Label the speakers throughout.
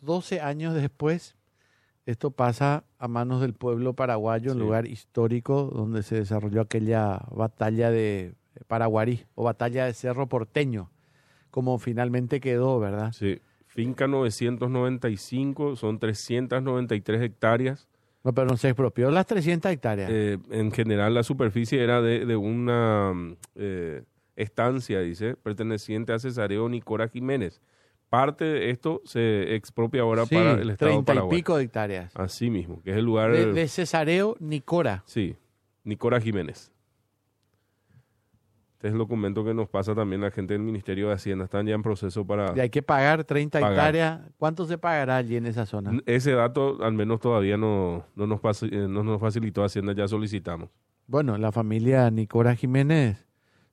Speaker 1: 12 años después, esto pasa a manos del pueblo paraguayo, un
Speaker 2: Sí.
Speaker 1: lugar histórico donde se desarrolló aquella batalla de Paraguarí o batalla de Cerro Porteño, como finalmente quedó, ¿verdad?
Speaker 2: Sí. Finca 995, son 393 hectáreas.
Speaker 1: No, pero no se expropió las 300 hectáreas.
Speaker 2: Eh, en general, la superficie era de, de una mm, eh, estancia, dice, perteneciente a Cesareo Nicora Jiménez. Parte de esto se expropia ahora
Speaker 1: Sí,
Speaker 2: para el Estado
Speaker 1: 30 y
Speaker 2: paraguayo.
Speaker 1: pico de hectáreas.
Speaker 2: Así mismo, que es el lugar.
Speaker 1: De, de Cesareo Nicora.
Speaker 2: Sí, Nicora Jiménez. Este es el documento que nos pasa también la gente del Ministerio de Hacienda. Están ya en proceso para.
Speaker 1: Y hay que pagar 30
Speaker 2: Ah. Pagar.
Speaker 1: hectáreas. ¿Cuánto se pagará allí en esa zona?
Speaker 2: Ese dato, al menos todavía no, no, nos, faci- eh, no nos facilitó Hacienda, ya solicitamos.
Speaker 1: Bueno, la familia Nicora Jiménez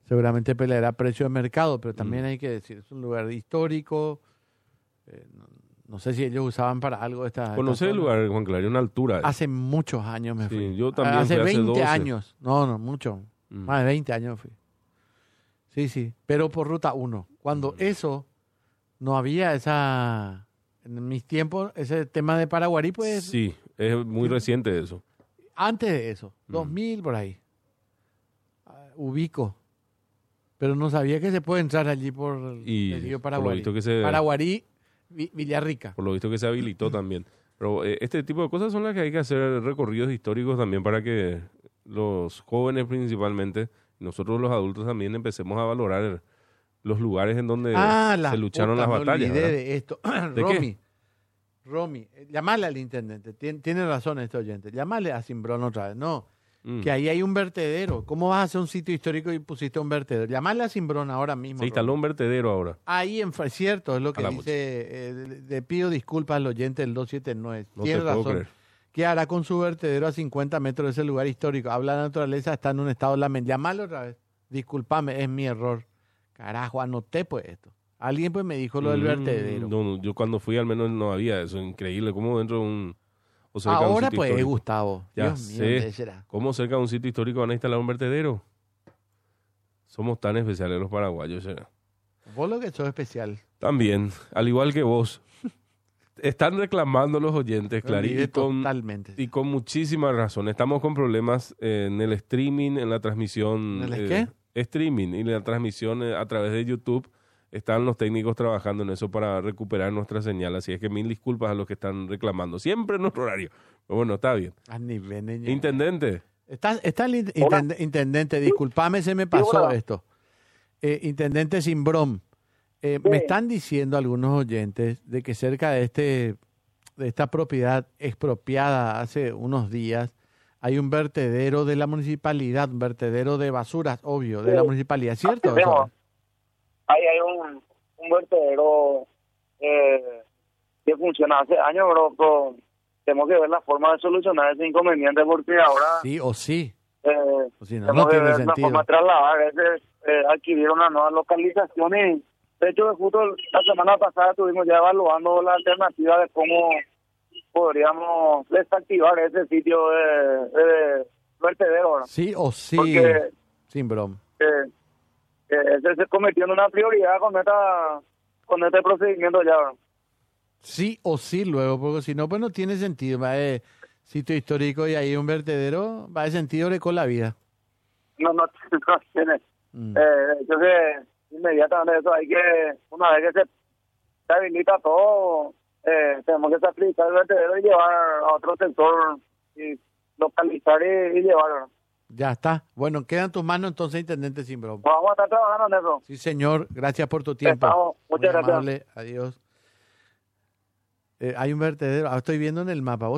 Speaker 1: seguramente peleará precio de mercado, pero también
Speaker 2: Mm.
Speaker 1: hay que decir, es un lugar histórico. Eh, no, no sé si ellos usaban para algo esta. esta
Speaker 2: Conocé el
Speaker 1: zona.
Speaker 2: lugar, Juan Claro, hay una altura.
Speaker 1: Hace muchos años Ah, me
Speaker 2: Sí,
Speaker 1: fui.
Speaker 2: yo también
Speaker 1: hace
Speaker 2: fui hace
Speaker 1: 20
Speaker 2: 12.
Speaker 1: años. No, no, mucho.
Speaker 2: Mm.
Speaker 1: Más de 20 años fui. Sí, sí, pero por ruta 1. Cuando
Speaker 2: Mm.
Speaker 1: eso no había esa. En mis tiempos, ese tema de Paraguarí, pues
Speaker 2: sí, es muy reciente eso.
Speaker 1: antes de eso,
Speaker 2: Mm.
Speaker 1: 2000 por ahí. Ah, Ubico. Pero no sabía que se puede entrar allí por el
Speaker 2: Y
Speaker 1: río
Speaker 2: por lo,
Speaker 1: Paraguarí.
Speaker 2: visto que se,
Speaker 1: Paraguarí, Vi- Villarrica.
Speaker 2: por lo visto que se habilitó también. Pero eh, este tipo de cosas son las que hay que hacer recorridos históricos también para que los jóvenes principalmente, nosotros los adultos también empecemos a valorar los lugares en donde
Speaker 1: ah, la
Speaker 2: se lucharon
Speaker 1: puta,
Speaker 2: las
Speaker 1: me
Speaker 2: batallas.
Speaker 1: olvidé
Speaker 2: ¿verdad?
Speaker 1: de esto.
Speaker 2: qué?
Speaker 1: Romy. Romy, eh, llamale al intendente. Tien- tiene razón este oyente. Llamale a Simbrón otra vez. No,
Speaker 2: Mm.
Speaker 1: que ahí hay un vertedero. ¿Cómo vas a hacer un sitio histórico y pusiste un vertedero? Llamale a Simbrón ahora mismo.
Speaker 2: Se
Speaker 1: Romy.
Speaker 2: instaló un vertedero ahora.
Speaker 1: Ahí en Fra- cierto, es lo que
Speaker 2: la
Speaker 1: dice. eh, le- le pido disculpas al oyente del 279.
Speaker 2: No
Speaker 1: Tiene
Speaker 2: te puedo
Speaker 1: razón.
Speaker 2: creer.
Speaker 1: ¿Qué hará con su vertedero a 50 metros de ese lugar histórico? Habla la naturaleza, está en un estado lamentable. Llamalo otra vez. Disculpame, es mi error. Carajo, anoté pues esto. Alguien pues me dijo lo del
Speaker 2: Mm,
Speaker 1: vertedero.
Speaker 2: no, no, yo cuando fui al menos no había eso. Increíble. Como dentro de un. o cerca de un
Speaker 1: Ahora
Speaker 2: sitio
Speaker 1: pues,
Speaker 2: histórico.
Speaker 1: Gustavo.
Speaker 2: Ya
Speaker 1: Dios mío,
Speaker 2: sé.
Speaker 1: ¿qué será?
Speaker 2: ¿Cómo cerca de un sitio histórico van a instalar un vertedero? Somos tan especiales los paraguayos. ¿será?
Speaker 1: Vos lo que sos especial.
Speaker 2: También, al igual que vos. Están reclamando los
Speaker 1: Me
Speaker 2: oyentes, Clarín,
Speaker 1: olvidé
Speaker 2: y con,
Speaker 1: totalmente.
Speaker 2: y con muchísima razón. Estamos con problemas eh, en el streaming, en la transmisión.
Speaker 1: ¿En el
Speaker 2: eh, Streaming y la transmisión eh, a través de YouTube. Están los técnicos trabajando en eso para recuperar nuestra señal. Así es que mil disculpas a los que están reclamando. Siempre en nuestro horario. Pero bueno, está bien.
Speaker 1: Ah, ni ve, ni-
Speaker 2: e Intendente.
Speaker 1: Está, está el in-
Speaker 3: Hola.
Speaker 1: intende- intendente, disculpame, se me pasó
Speaker 3: hola.
Speaker 1: esto. Eh, intendente Simbrón, eh, me
Speaker 3: Sí.
Speaker 1: están diciendo algunos oyentes de que cerca de, este, de esta propiedad expropiada hace unos días hay un vertedero de la municipalidad, un vertedero de basuras, obvio, de la
Speaker 3: Sí.
Speaker 1: municipalidad, ¿cierto?
Speaker 3: Tenemos-
Speaker 1: eso?
Speaker 3: Ahí hay un, un vertedero eh, que funciona hace años, bro, pero tenemos que ver la forma de solucionar ese inconveniente porque ahora
Speaker 1: Sí o sí,
Speaker 3: eh,
Speaker 1: o si no,
Speaker 3: tenemos
Speaker 1: no
Speaker 3: que
Speaker 1: tiene
Speaker 3: ver la forma
Speaker 1: sentido.
Speaker 3: de trasladar, ese, eh, adquirir una nueva localización y de hecho justo la semana pasada estuvimos ya evaluando la alternativa de cómo podríamos desactivar ese sitio de, de vertedero, ¿verdad?
Speaker 1: Sí o sí,
Speaker 3: porque
Speaker 1: Simbrón.
Speaker 3: eh, eh, se, se convirtió en una prioridad con esta con este procedimiento ya. ¿verdad?
Speaker 1: Sí o sí luego, porque si no, pues no tiene sentido. Va de sitio histórico y ahí un vertedero, va de sentido le con la vida.
Speaker 3: No, no, no tiene.
Speaker 1: Mm.
Speaker 3: Eh, entonces, inmediatamente eso hay que, una vez que se, se habilita todo, eh, tenemos que sacrificar el vertedero y llevar a otro sector y localizar y, y llevar. ¿verdad?
Speaker 1: Ya está. Bueno, quedan tus manos entonces, Intendente Simbrón.
Speaker 3: Vamos a estar trabajando en eso.
Speaker 1: Sí, señor. Gracias por tu tiempo.
Speaker 3: Estamos.
Speaker 1: Muy
Speaker 3: Muchas gracias.
Speaker 1: amable. Adiós. Eh, hay un vertedero. Ah, estoy viendo en el mapa. ¿Vos